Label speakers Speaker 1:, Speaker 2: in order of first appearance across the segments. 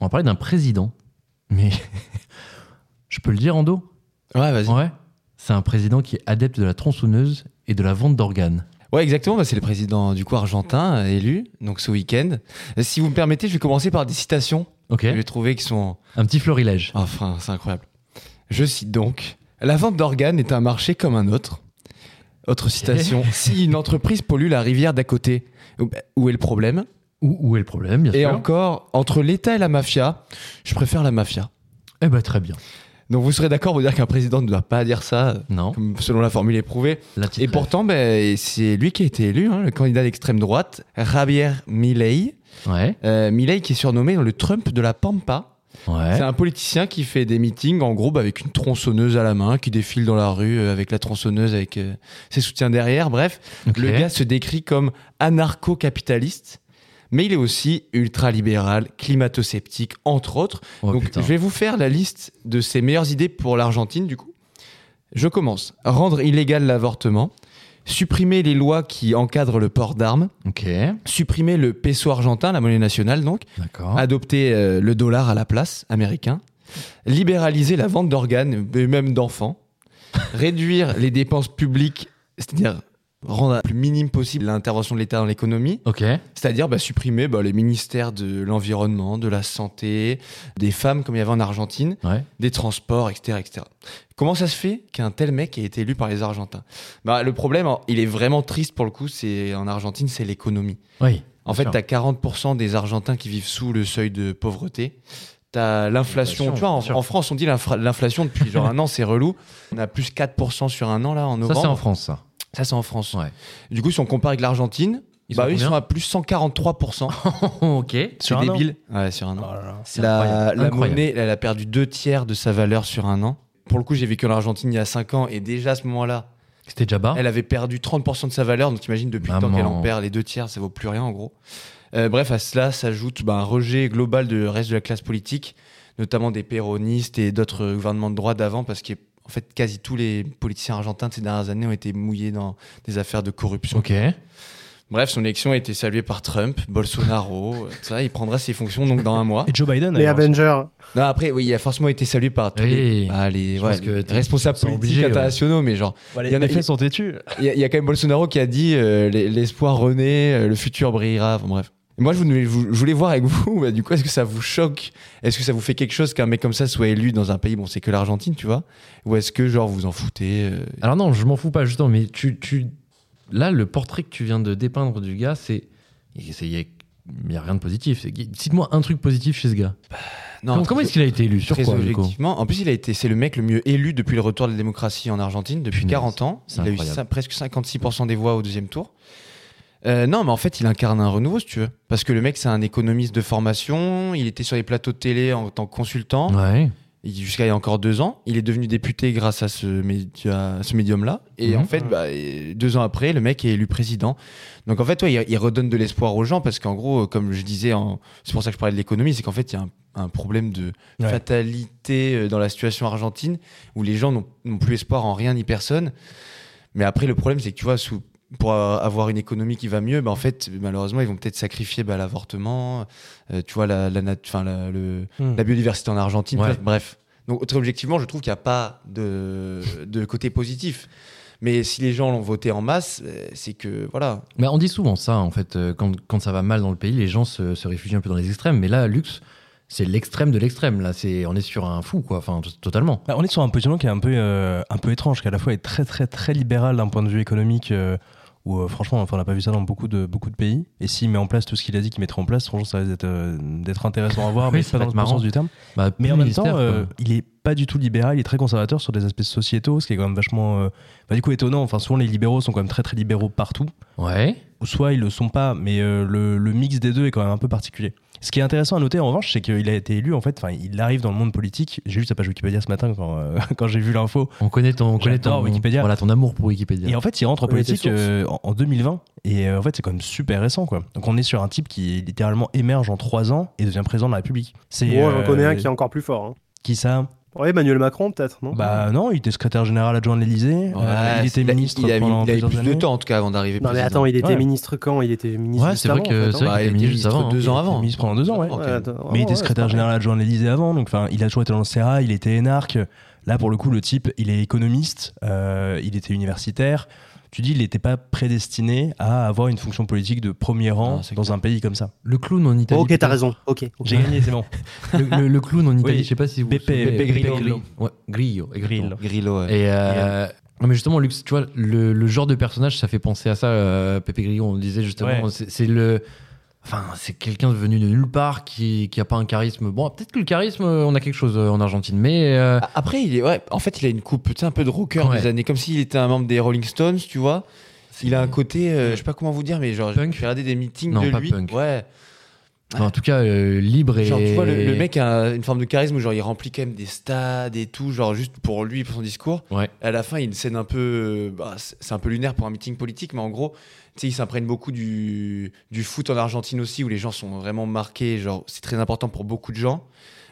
Speaker 1: On va parler d'un président. Mais je peux le dire en dos
Speaker 2: Ouais, vas-y.
Speaker 1: Ouais. C'est un président qui est adepte de la tronçonneuse et de la vente d'organes.
Speaker 2: Ouais, exactement. bah, c'est le président du coup argentin euh, élu, donc ce week-end. Euh, Si vous me permettez, je vais commencer par des citations
Speaker 1: Ok.
Speaker 2: que j'ai trouvées qui sont. ah,
Speaker 1: Un petit florilège.
Speaker 2: Enfin, c'est incroyable. Je cite donc La vente d'organes est un marché comme un autre. Autre citation Si une entreprise pollue la rivière d'à côté, euh, bah, où est le problème
Speaker 1: Où, où est le problème, bien
Speaker 2: Et
Speaker 1: sûr
Speaker 2: encore, entre l'État et la mafia, je préfère la mafia.
Speaker 1: Eh ben très bien.
Speaker 2: Donc vous serez d'accord pour dire qu'un président ne doit pas dire ça, euh,
Speaker 1: Non.
Speaker 2: comme selon la formule éprouvée.
Speaker 1: La petite
Speaker 2: Et pourtant, ben, c'est lui qui a été élu, hein, le candidat d'extrême droite, Javier Milei.
Speaker 1: Ouais.
Speaker 2: Euh, Milei qui est surnommé le Trump de la Pampa.
Speaker 1: Ouais.
Speaker 2: C'est un politicien qui fait des meetings en groupe avec une tronçonneuse à la main, qui défile dans la rue euh, avec la tronçonneuse, avec euh, ses soutiens derrière. Bref,
Speaker 1: Ok.
Speaker 2: le gars se décrit comme anarcho-capitaliste, mais il est aussi ultra-libéral, climato-sceptique, entre autres.
Speaker 1: Oh,
Speaker 2: Donc,
Speaker 1: putain.
Speaker 2: je vais vous faire la liste de ses meilleures idées pour l'Argentine, du coup. Je commence. Rendre illégal l'avortement, supprimer les lois qui encadrent le port d'armes,
Speaker 1: Ok.
Speaker 2: supprimer le peso argentin, la monnaie nationale donc,
Speaker 1: D'accord.
Speaker 2: adopter euh, le dollar à la place, américain, libéraliser la vente d'organes, et même d'enfants, réduire les dépenses publiques, c'est-à-dire rendre la plus minime possible l'intervention de l'État dans l'économie,
Speaker 1: Ok.
Speaker 2: c'est-à-dire bah, supprimer bah, les ministères de l'environnement, de la santé, des femmes comme il y avait en Argentine,
Speaker 1: Ouais.
Speaker 2: des transports, etc. etc. Comment ça se fait qu'un tel mec ait été élu par les Argentins bah, Le problème, en- il est vraiment triste pour le coup, c'est en Argentine, c'est l'économie.
Speaker 1: Oui.
Speaker 2: En fait,
Speaker 1: Sûr.
Speaker 2: tu as 40% des Argentins qui vivent sous le seuil de pauvreté. Tu as l'inflation.
Speaker 1: L'inflation,
Speaker 2: Tu vois, en,
Speaker 1: bien sûr.
Speaker 2: en France, on dit l'infra- l'inflation depuis genre un an, c'est relou. On a plus 4% sur un an, là, en
Speaker 1: Ça,
Speaker 2: novembre.
Speaker 1: c'est en France, ça.
Speaker 2: Ça, c'est en France.
Speaker 1: Ouais.
Speaker 2: Du coup, si on compare avec l'Argentine,
Speaker 1: Ils
Speaker 2: bah,
Speaker 1: sont
Speaker 2: eux, ils
Speaker 1: combien
Speaker 2: sont à plus 143%.
Speaker 1: ok.
Speaker 2: C'est
Speaker 3: un an
Speaker 2: débile. Ouais, sur un an.
Speaker 1: Ah, C'est
Speaker 2: La,
Speaker 1: incroyable,
Speaker 2: la
Speaker 1: incroyable.
Speaker 2: monnaie, elle a perdu deux tiers de sa valeur sur un an. Pour le coup, j'ai vécu en Argentine il y a 5 ans et déjà à ce moment-là,
Speaker 1: C'était déjà bas.
Speaker 2: elle avait perdu 30% de sa valeur, donc imagine depuis le temps
Speaker 1: Ah. Maman.
Speaker 2: qu'elle en perd les deux tiers, ça vaut plus rien en gros. Euh, bref, à cela s'ajoute bah, un rejet global du reste de la classe politique, notamment des péronistes et d'autres euh, gouvernements de droite d'avant, parce que en fait, quasi tous les politiciens argentins de ces dernières années ont été mouillés dans des affaires de corruption.
Speaker 1: Ok.
Speaker 2: Bref, son élection a été saluée par Trump, Bolsonaro, euh, tout ça, il prendra ses fonctions donc dans un mois.
Speaker 3: Et Joe Biden,
Speaker 4: Les
Speaker 3: d'ailleurs, hein.
Speaker 4: Avengers.
Speaker 2: Non, après, oui, il a forcément été salué par tous
Speaker 1: Oui.
Speaker 2: les, ah, les-
Speaker 1: Je
Speaker 2: ouais,
Speaker 1: pense que
Speaker 2: les
Speaker 1: t'es-
Speaker 2: responsables
Speaker 1: ils sont
Speaker 2: politiques
Speaker 1: obligés, ouais.
Speaker 2: internationaux, mais genre.
Speaker 3: Bah, les,
Speaker 2: Il y en a
Speaker 3: les
Speaker 2: qui-
Speaker 3: faits sont têtus.
Speaker 2: Il y, a- il y a quand même Bolsonaro qui a dit euh, l'es- l'espoir renaît, euh, le futur brillera. Enfin, bref. Et Moi, je voulais, vous- je voulais voir avec vous, bah, du coup, est-ce que ça vous choque Est-ce que ça vous fait quelque chose qu'un mec comme ça soit élu dans un pays Bon, c'est que l'Argentine, tu vois Ou est-ce que, genre, vous en foutez euh,
Speaker 1: Alors non, je m'en fous pas, justement, mais tu, tu... là, le portrait que tu viens de dépeindre du gars, c'est... Il n'y a rien de positif. C'est- Cite-moi un truc positif chez ce gars.
Speaker 2: Non,
Speaker 1: comment comment est-ce qu'il a été élu Sur
Speaker 2: très
Speaker 1: quoi, du coup
Speaker 2: objectivement. En plus, il a été, c'est le mec le mieux élu depuis le retour de la démocratie en Argentine, depuis
Speaker 1: Punaise,
Speaker 2: 40 ans.
Speaker 1: c'est
Speaker 2: Il a eu
Speaker 1: incroyable.
Speaker 2: cin- presque 56% des voix au deuxième tour. Euh, non, mais en fait, il incarne un renouveau, si tu veux. Parce que le mec, c'est un économiste de formation. Il était sur les plateaux de télé en tant que consultant.
Speaker 1: Ouais.
Speaker 2: Il- jusqu'à il y a encore deux ans. Il est devenu député grâce à ce, média, ce médium-là. Et
Speaker 1: Mhm.
Speaker 2: en fait, bah, et deux ans après, le mec est élu président. Donc en fait, ouais, il, il redonne de l'espoir aux gens parce qu'en gros, euh, comme je disais, en- c'est pour ça que je parlais de l'économie, c'est qu'en fait, il y a un, un problème de
Speaker 3: Ouais.
Speaker 2: fatalité euh, dans la situation argentine où les gens n'ont n'ont plus espoir en rien ni personne. Mais après, le problème, c'est que tu vois, sous- pour euh, avoir une économie qui va mieux, bah, en fait, malheureusement, ils vont peut-être sacrifier bah, l'avortement, euh, tu vois, la, la, nat- enfin, la- le,
Speaker 3: Hmm.
Speaker 2: la biodiversité en Argentine,
Speaker 1: Ouais.
Speaker 2: bref- bref. Donc très objectivement, je trouve qu'il n'y a pas de, de côté positif. Mais si les gens l'ont voté en masse, euh, c'est que voilà.
Speaker 1: Bah, on dit souvent ça, en fait. euh, Quand, quand ça va mal dans le pays, les gens se, se réfugient un peu dans les extrêmes. Mais là, Lux, c'est l'extrême de l'extrême. Là, c'est on est sur un fou, quoi. Enfin, t- totalement.
Speaker 3: Bah, on est sur un positionnement qui est un peu, euh, un peu étrange, qui à la fois est très très très libéral d'un point de vue économique, euh, où euh, franchement enfin, on n'a pas vu ça dans beaucoup de, beaucoup de pays. Et s'il met en place tout ce qu'il a dit qu'il mettrait en place, franchement ça risque d'être euh, d'être intéressant à voir,
Speaker 1: Oui,
Speaker 3: mais
Speaker 1: ça
Speaker 3: c'est
Speaker 1: va
Speaker 3: pas dans
Speaker 1: être
Speaker 3: le bon
Speaker 1: marrant.
Speaker 3: sens du terme.
Speaker 1: Bah,
Speaker 3: Mais
Speaker 1: plus
Speaker 3: en même
Speaker 1: ministère,
Speaker 3: temps,
Speaker 1: quoi.
Speaker 3: euh, il est pas du tout libéral, il est très conservateur sur des aspects sociétaux, ce qui est quand même vachement, euh, bah, du coup étonnant. Enfin souvent les libéraux sont quand même très très libéraux partout,
Speaker 1: Ouais.
Speaker 3: ou soit ils le sont pas, mais euh, le, le mix des deux est quand même un peu particulier. Ce qui est intéressant à noter en revanche, c'est qu'il a été élu en fait, enfin il arrive dans le monde politique. J'ai lu sa page Wikipédia ce matin quand, euh, quand j'ai vu l'info.
Speaker 1: On connaît ton, on connaît
Speaker 3: J'adore
Speaker 1: ton,
Speaker 3: Wikipédia.
Speaker 1: Voilà, ton amour pour Wikipédia.
Speaker 3: Et en fait, il rentre en
Speaker 4: Connais tes
Speaker 3: politique euh, en en 2020. Et euh, en fait, c'est quand même super récent, quoi. Donc, on est sur un type qui littéralement émerge en trois ans et devient président de la République. C'est.
Speaker 4: Moi, j'en
Speaker 3: euh,
Speaker 4: connais un qui est encore plus fort. hein.
Speaker 3: Qui ça
Speaker 4: Ouais, Emmanuel Macron, peut-être, non
Speaker 3: Bah non, il était secrétaire général adjoint de l'Élysée. euh, il
Speaker 2: Ouais,
Speaker 3: était
Speaker 2: il a-
Speaker 3: ministre
Speaker 2: Il a mis-
Speaker 3: pendant
Speaker 2: il a eu
Speaker 3: plusieurs
Speaker 2: plus de
Speaker 3: années.
Speaker 2: temps en tout cas avant d'arriver.
Speaker 4: Non, mais
Speaker 2: président.
Speaker 4: attends, il était
Speaker 3: Ouais.
Speaker 4: ministre quand Il était ministre
Speaker 1: Ouais,
Speaker 4: juste
Speaker 1: c'est vrai
Speaker 4: avant,
Speaker 1: que-
Speaker 4: en fait,
Speaker 1: c'est
Speaker 4: hein.
Speaker 1: vrai
Speaker 2: Bah,
Speaker 1: qu'il était
Speaker 2: il était
Speaker 1: ministre
Speaker 2: ministre
Speaker 1: avant, hein.
Speaker 2: deux ans avant.
Speaker 3: ministre pendant deux ans, ouais.
Speaker 2: Ok.
Speaker 4: Ouais, attends,
Speaker 3: Mais il était
Speaker 4: ouais,
Speaker 3: secrétaire
Speaker 4: c'est
Speaker 3: général adjoint de l'Élysée avant, donc enfin, il a toujours été dans le CRA, il était énarque. Là, pour le coup, le type, il est économiste, euh, il était universitaire. Tu dis, il n'était pas prédestiné à avoir une fonction politique de premier rang
Speaker 2: Ah, c'est
Speaker 3: dans
Speaker 2: clair.
Speaker 3: un pays comme ça.
Speaker 1: Le clown en
Speaker 4: pas
Speaker 1: Italie.
Speaker 4: grave. Ok, t'as
Speaker 1: peut-être.
Speaker 4: raison. Ok. ok.
Speaker 3: J'ai gagné, c'est bon.
Speaker 1: Le, le- le clown en Italie,
Speaker 3: Oui.
Speaker 1: je sais pas si vous.
Speaker 3: Beppe- Beppe Grillo.
Speaker 1: Ouais, Grillo. exactement.
Speaker 3: Grillo.
Speaker 2: Grillo. ouais.
Speaker 1: Et euh, non, mais justement, Lux, tu vois, le, le genre de personnage, ça fait penser à ça. euh, Pépé Grillon, on le disait justement,
Speaker 3: Ouais.
Speaker 1: c'est c'est le. Enfin, c'est quelqu'un venu de nulle part qui qui a pas un charisme. Bon, peut-être que le charisme, euh, on a quelque chose euh, en Argentine, mais euh,
Speaker 2: Ah, Après, il est, ouais, en fait, il a une coupe tu sais, un peu de rocker
Speaker 1: Ouais.
Speaker 2: des années, comme s'il était un membre des Rolling Stones, tu vois. Il a un côté, euh, je sais pas comment vous dire, mais genre,
Speaker 1: Punk
Speaker 2: j'ai regardé des meetings
Speaker 1: Non,
Speaker 2: de
Speaker 1: pas
Speaker 2: lui.
Speaker 1: punk.
Speaker 2: Ouais.
Speaker 1: enfin, en tout cas euh, libre et.
Speaker 2: Genre, tu vois, le, le mec a une forme de charisme où genre, il remplit quand même des stades et tout, genre juste pour lui, pour son discours.
Speaker 1: Ouais.
Speaker 2: À la fin, il y a une scène un peu. euh, bah, c'est c'est un peu lunaire pour un meeting politique, mais en gros, tu sais, il s'imprègne beaucoup du, du foot en Argentine aussi, où les gens sont vraiment marqués. Genre, c'est très important pour beaucoup de gens.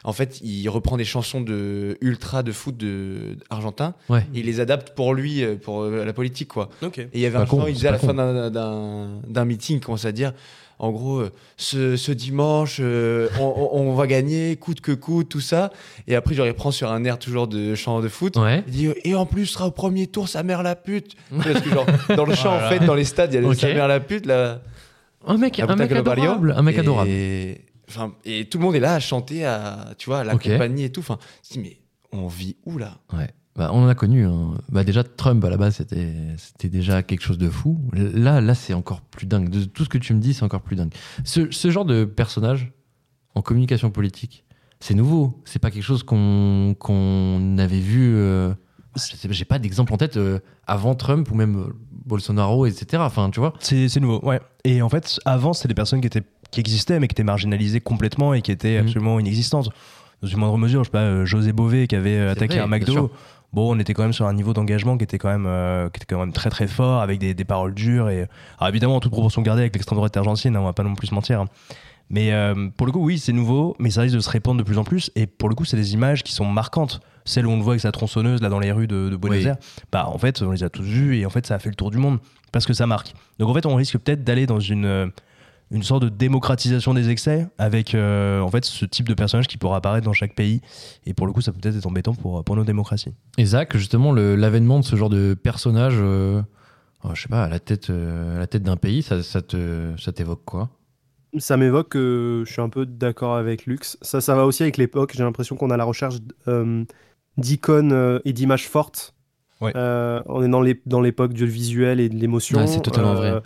Speaker 2: En fait, il reprend des chansons de ultra de foot de, argentin
Speaker 1: Ouais.
Speaker 2: et il les adapte pour lui, euh, pour euh, la politique, quoi.
Speaker 3: Ok.
Speaker 2: Et il y avait
Speaker 1: Pas
Speaker 2: un
Speaker 1: con,
Speaker 2: chant,
Speaker 1: c'est
Speaker 2: il disait à
Speaker 1: pas
Speaker 2: la fin
Speaker 1: con.
Speaker 2: d'un- d'un d'un meeting, il commençait à dire, en gros, euh, ce, ce dimanche, euh, on, on- on va gagner, coûte que coûte, tout ça. Et après, genre, il prend sur un air toujours de chant de foot.
Speaker 1: Ouais.
Speaker 2: Il dit, et en plus, sera au premier tour, sa mère la pute. Parce que, genre, dans le chant,
Speaker 3: Voilà.
Speaker 2: en fait, dans les stades, il y a
Speaker 1: Ok.
Speaker 2: sa mère la pute, la,
Speaker 1: Un mec,
Speaker 2: la
Speaker 1: un mec
Speaker 2: Botafogo Barrio.
Speaker 1: adorable, un mec
Speaker 2: Et-
Speaker 1: adorable.
Speaker 2: enfin, et tout le monde est là à chanter, à, tu vois, à
Speaker 1: Ok.
Speaker 2: l'accompagner et tout. Enfin, je me dis, mais on vit où là
Speaker 1: Bah, on en a connu. hein. Bah, déjà, Trump, à la base, c'était c'était déjà quelque chose de fou. Là, là c'est encore plus dingue. De tout ce que tu me dis, c'est encore plus dingue. Ce, ce genre de personnage en communication politique, c'est nouveau. C'est pas quelque chose qu'on qu'on avait vu. euh, je sais pas, J'ai pas d'exemple en tête euh, avant Trump ou même euh, Bolsonaro, etc. Enfin, tu vois.
Speaker 3: C'est c'est nouveau, ouais. Et en fait, avant, c'était des personnes qui, étaient, qui existaient, mais qui étaient marginalisées complètement et qui étaient
Speaker 1: Mhm.
Speaker 3: absolument inexistantes. Dans une moindre mesure, je sais pas, euh, José Bové qui avait euh,
Speaker 1: C'est
Speaker 3: attaqué
Speaker 1: vrai,
Speaker 3: un
Speaker 1: bien sûr.
Speaker 3: McDo. Bon, on était quand même sur un niveau d'engagement qui était quand même euh, qui était quand même très très fort, avec des, des paroles dures et alors évidemment en toute proportion gardée avec l'extrême droite argentine, hein, on va pas non plus se mentir. Mais euh, pour le coup, oui, c'est nouveau, mais ça risque de se répandre de plus en plus. Et pour le coup, c'est des images qui sont marquantes. Celles où on le voit avec sa tronçonneuse là dans les rues de, de Buenos
Speaker 1: Oui.
Speaker 3: Aires, bah en fait, on les a tous vues et en fait, ça a fait le tour du monde parce que ça marque. Donc en fait, on risque peut-être d'aller dans une euh, une sorte de démocratisation des excès avec euh, en fait ce type de personnage qui pourra apparaître dans chaque pays. Et pour le coup, ça peut peut-être être embêtant pour pour nos démocraties.
Speaker 1: Et Zach, justement, le- l'avènement de ce genre de personnage, euh, oh, je sais pas, à la tête, euh, à la tête d'un pays, ça, ça te- ça t'évoque quoi
Speaker 4: Ça m'évoque que je suis un peu d'accord avec Lux. Ça, ça va aussi avec l'époque. J'ai l'impression qu'on a la recherche d- euh, d'icônes euh, et d'images fortes.
Speaker 3: Ouais.
Speaker 4: Euh, on est dans l'ép- dans l'époque du visuel et de l'émotion.
Speaker 1: Ouais, c'est totalement vrai.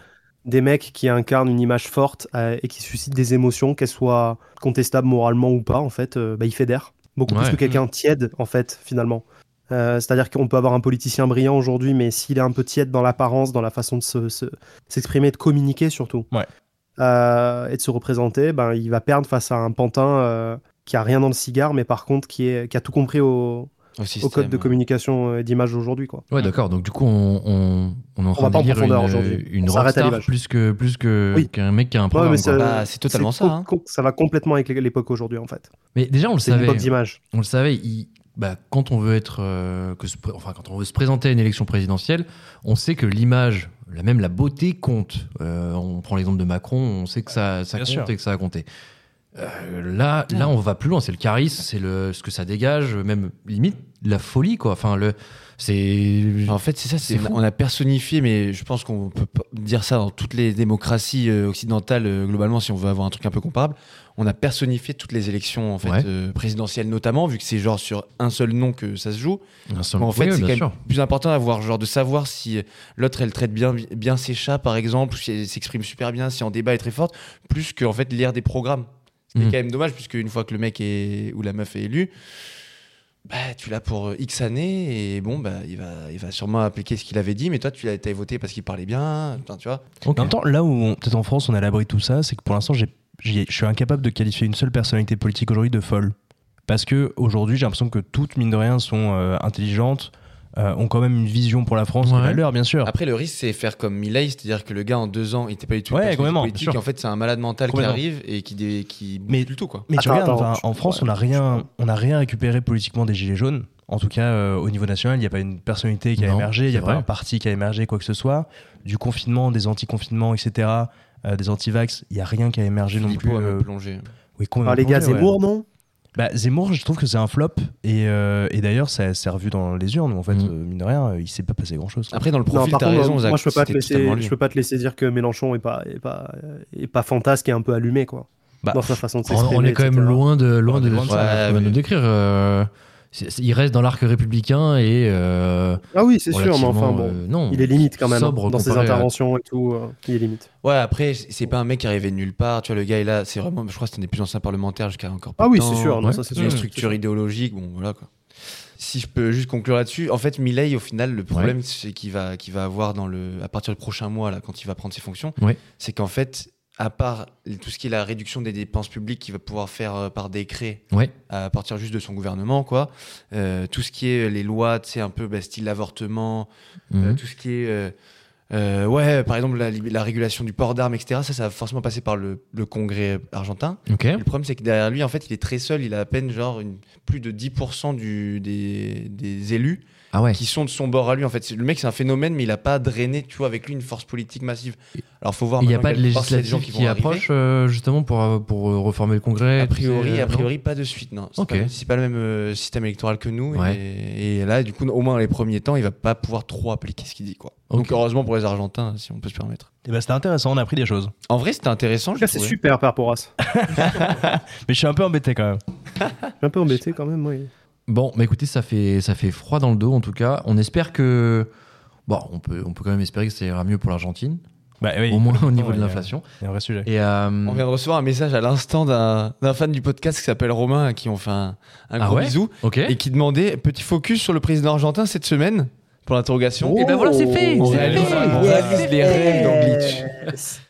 Speaker 4: Des mecs qui incarnent une image forte euh, et qui suscitent des émotions, qu'elles soient contestables moralement ou pas, en fait, euh, bah, ils fédèrent. Beaucoup
Speaker 1: Ouais.
Speaker 4: plus que quelqu'un tiède, en fait, finalement. Euh, C'est-à-dire qu'on peut avoir un politicien brillant aujourd'hui, mais s'il est un peu tiède dans l'apparence, dans la façon de se- se- s'exprimer, de communiquer surtout,
Speaker 3: Ouais.
Speaker 4: euh, et de se représenter, ben, il va perdre face à un pantin euh, qui a rien dans le cigare, mais par contre qui, est, qui a tout compris au, au code
Speaker 2: communication
Speaker 4: de communication euh, et d'image d'aujourd'hui. quoi.
Speaker 1: Ouais, d'accord. Donc, du coup, on, on, on est en train
Speaker 4: va pas en
Speaker 1: de lire
Speaker 4: profondeur
Speaker 1: une,
Speaker 4: aujourd'hui.
Speaker 1: une
Speaker 4: On s'arrête à
Speaker 1: rockstar
Speaker 4: l'image.
Speaker 1: plus que plus que
Speaker 4: Oui.
Speaker 1: qu'un mec qui a un
Speaker 4: Ouais,
Speaker 1: programme.
Speaker 4: mais
Speaker 1: quoi.
Speaker 4: ça-
Speaker 1: Mais,
Speaker 2: Bah, c'est totalement
Speaker 4: Euh, C'est
Speaker 2: ça,
Speaker 4: com-
Speaker 2: hein.
Speaker 4: com- Ça va complètement avec l'é- l'époque aujourd'hui, en fait.
Speaker 1: déjà, on le
Speaker 4: C'est une
Speaker 1: savait.
Speaker 4: époque d'image.
Speaker 1: On le savait. il- bah, quand on veut être, euh, que se pré- enfin, quand on veut se présenter à une élection présidentielle, on sait que l'image, la même la beauté compte. Euh, on prend l'exemple de Macron. On sait que ça, ça
Speaker 3: Bien
Speaker 1: compte
Speaker 3: sûr.
Speaker 1: et que ça a compté. Euh, là, là, on va plus loin. C'est le charisme, c'est le ce que ça dégage, même limite la folie, quoi. Enfin, le c'est
Speaker 2: Bah,
Speaker 4: Ah.
Speaker 2: En fait, c'est ça, c'est,
Speaker 1: C'est fou.
Speaker 2: on a personnifié, mais je pense qu'on peut pas dire ça dans toutes les démocraties euh, occidentales, euh, globalement, si on veut avoir un truc un peu comparable. On a personnifié toutes les élections en fait,
Speaker 1: Ouais.
Speaker 2: euh, présidentielles, notamment, vu que c'est genre sur un seul nom que ça se joue.
Speaker 1: un seul-
Speaker 2: Mais en fait,
Speaker 1: Oui, oui,
Speaker 2: c'est
Speaker 1: bien
Speaker 2: quand même
Speaker 1: sûr.
Speaker 2: plus important d'avoir, genre, de savoir si euh, l'autre, elle traite bien, bien ses chats, par exemple, ou si elle s'exprime super bien, si en débat elle est très forte, plus que, en fait, lire des programmes. C'est
Speaker 1: Mm.
Speaker 3: Mhm.
Speaker 2: quand même dommage, puisque une fois que le mec est, ou la meuf est élue, bah, tu l'as pour euh, X années, et bon, bah, il va, il va sûrement appliquer ce qu'il avait dit, mais toi, tu l'as t'as voté parce qu'il parlait bien, putain, tu vois.
Speaker 1: Ok.
Speaker 3: En même temps, là où on- peut-être en France on est à l'abri de tout ça, c'est que pour l'instant j'ai- j'ai- je suis incapable de qualifier une seule personnalité politique aujourd'hui de folle. Parce que aujourd'hui j'ai l'impression que toutes, mine de rien, sont euh, intelligentes, euh, ont quand même une vision pour la France, qui est
Speaker 1: Ouais.
Speaker 3: la leur, bien sûr.
Speaker 2: Après, le risque, c'est faire comme Milei, c'est-à-dire que le gars, en deux ans, il n'était pas du tout
Speaker 3: Ouais,
Speaker 2: un personnage
Speaker 3: complètement, bien
Speaker 2: politique.
Speaker 3: sûr.
Speaker 2: et En fait, c'est un malade mental qui
Speaker 3: Complètement.
Speaker 2: arrive et qui, dé- qui bouge
Speaker 3: Mais-
Speaker 2: plus le tout, quoi.
Speaker 3: Mais tu
Speaker 4: Attends,
Speaker 3: regardes,
Speaker 4: attends,
Speaker 3: enfin,
Speaker 4: tu-
Speaker 3: en France,
Speaker 4: ouais,
Speaker 3: on n'a rien,
Speaker 4: tu-
Speaker 3: on n'a rien récupéré politiquement des gilets jaunes. En tout cas, euh, au niveau national, il n'y a pas une personnalité qui a
Speaker 1: Non,
Speaker 3: émergé, il n'y a
Speaker 1: c'est
Speaker 3: pas
Speaker 1: vrai.
Speaker 3: un parti qui a émergé, quoi que ce soit. Du confinement, des anti-confinements, etc., euh, des anti-vax, il n'y a rien qui a émergé non plus.
Speaker 2: Philippot a même
Speaker 3: euh,
Speaker 2: plongé.
Speaker 3: oui, complètement
Speaker 4: Alors, Ah, les gars,
Speaker 3: plongé, ouais.
Speaker 4: Zemmour, non
Speaker 3: Bah, Zemmour, je trouve que c'est un flop. Et, euh, et d'ailleurs, ça s'est revu dans les urnes. où, En fait,
Speaker 1: Mm.
Speaker 3: euh, mine de rien, euh, il s'est pas passé grand-chose. quoi.
Speaker 2: Après, dans le profil,
Speaker 4: Non, par
Speaker 2: t'as
Speaker 4: contre,
Speaker 2: raison, Zach.
Speaker 4: moi je peux pas te
Speaker 2: c'était totalement
Speaker 4: laisser,
Speaker 2: lui.
Speaker 4: je peux pas te laisser dire que Mélenchon est pas est pas est pas fantasque et un peu allumé quoi.
Speaker 3: Bah,
Speaker 4: dans sa façon de
Speaker 1: On,
Speaker 4: s'exprimer.
Speaker 1: on est quand même
Speaker 4: etc.
Speaker 1: loin de loin
Speaker 3: On est
Speaker 1: de
Speaker 3: loin
Speaker 1: ce
Speaker 3: de
Speaker 1: qu'on
Speaker 2: ça,
Speaker 1: va
Speaker 2: mais-
Speaker 1: nous décrire. euh, c'est- c'est- il reste dans l'arc républicain et euh,
Speaker 4: Ah oui, c'est sûr, mais enfin
Speaker 1: relativement,
Speaker 4: bon.
Speaker 1: euh, non,
Speaker 4: Il est limite quand même hein,
Speaker 1: sobre
Speaker 4: dans ses
Speaker 1: comparé à-
Speaker 4: interventions et tout. euh, il est limite.
Speaker 2: Ouais, après, c'est c'est pas un mec qui arrivait de nulle part. Tu vois, le gars, il a, c'est vraiment, je crois que c'était un des plus anciens parlementaires jusqu'à encore peu
Speaker 4: Ah
Speaker 2: de
Speaker 4: oui,
Speaker 2: temps.
Speaker 4: c'est sûr. non,
Speaker 1: ouais. Mmh.
Speaker 4: ça, c'est
Speaker 2: C'est
Speaker 4: sûr.
Speaker 2: une structure idéologique, bon voilà quoi. Si je peux juste conclure là-dessus, en fait Milley au final le problème c'est qu'il va qu'il va avoir dans le à partir du prochain mois là quand il va prendre ses fonctions,
Speaker 1: Ouais.
Speaker 2: c'est qu'en fait à part tout ce qui est la réduction des dépenses publiques qu'il va pouvoir faire euh, par décret
Speaker 1: Ouais,
Speaker 2: à partir juste de son gouvernement quoi, euh, tout ce qui est les lois, tu sais un peu bah, style l'avortement, euh,
Speaker 1: mhm.
Speaker 2: tout ce qui est euh, euh, ouais par exemple la, la régulation du port d'armes etc ça ça va forcément passer par le- le Congrès argentin.
Speaker 1: ok.
Speaker 2: Le problème, c'est que derrière lui, en fait, il est très seul. Il a à peine genre une- plus de 10% du, des, des élus
Speaker 1: Ah ouais.
Speaker 2: qui sont de son bord à lui. En fait, C'est- le mec, c'est un phénomène, mais il a pas drainé, tu vois, avec lui une force politique massive. Alors, faut voir.
Speaker 1: Il n'y a
Speaker 2: maintenant
Speaker 1: pas de
Speaker 2: quelle force il y a des
Speaker 1: législative qui,
Speaker 2: gens vont arriver.
Speaker 1: approche euh, justement pour, euh, pour euh, reformer le Congrès.
Speaker 2: A
Speaker 1: tu sais,
Speaker 2: priori,
Speaker 1: euh,
Speaker 2: a priori, pas de suite. Non, c'est
Speaker 1: Ok.
Speaker 2: pas- c'est pas, le même euh, système électoral que nous.
Speaker 1: Ouais.
Speaker 2: Et, et là, du coup, au moins dans les premiers temps, il va pas pouvoir trop appliquer ce qu'il dit, quoi. Donc,
Speaker 1: Ok.
Speaker 2: heureusement pour les Argentins, si on peut se permettre.
Speaker 3: Eh ben, c'était intéressant, on a appris des choses.
Speaker 2: En vrai, c'était intéressant.
Speaker 4: En tout cas,
Speaker 2: j'ai
Speaker 4: c'est
Speaker 2: trouvé.
Speaker 4: super, Père Porras.
Speaker 3: Mais je suis un peu embêté quand même.
Speaker 4: Je suis un peu embêté quand même, oui.
Speaker 1: Bon, bah écoutez, ça fait, ça fait froid dans le dos en tout cas. On espère que. Bon, on peut, on peut quand même espérer que ça ira mieux pour l'Argentine,
Speaker 3: Bah, oui,
Speaker 1: au moins au niveau
Speaker 3: ouais,
Speaker 1: de l'inflation.
Speaker 3: C'est un vrai sujet.
Speaker 1: Et euh,
Speaker 2: On vient de recevoir un message à l'instant d'un d'un fan du podcast qui s'appelle Romain, à qui on fait un, un
Speaker 1: Ah
Speaker 2: gros
Speaker 1: ouais
Speaker 2: bisou.
Speaker 1: ok.
Speaker 2: et qui demandait petit focus sur le président argentin cette
Speaker 1: Oh.
Speaker 2: semaine pour l'interrogation.
Speaker 1: ben voilà, c'est fait,
Speaker 2: On
Speaker 1: c'est
Speaker 2: réalise,
Speaker 1: fait.
Speaker 2: on réalise les rêves d'Anglitch.
Speaker 4: Yes.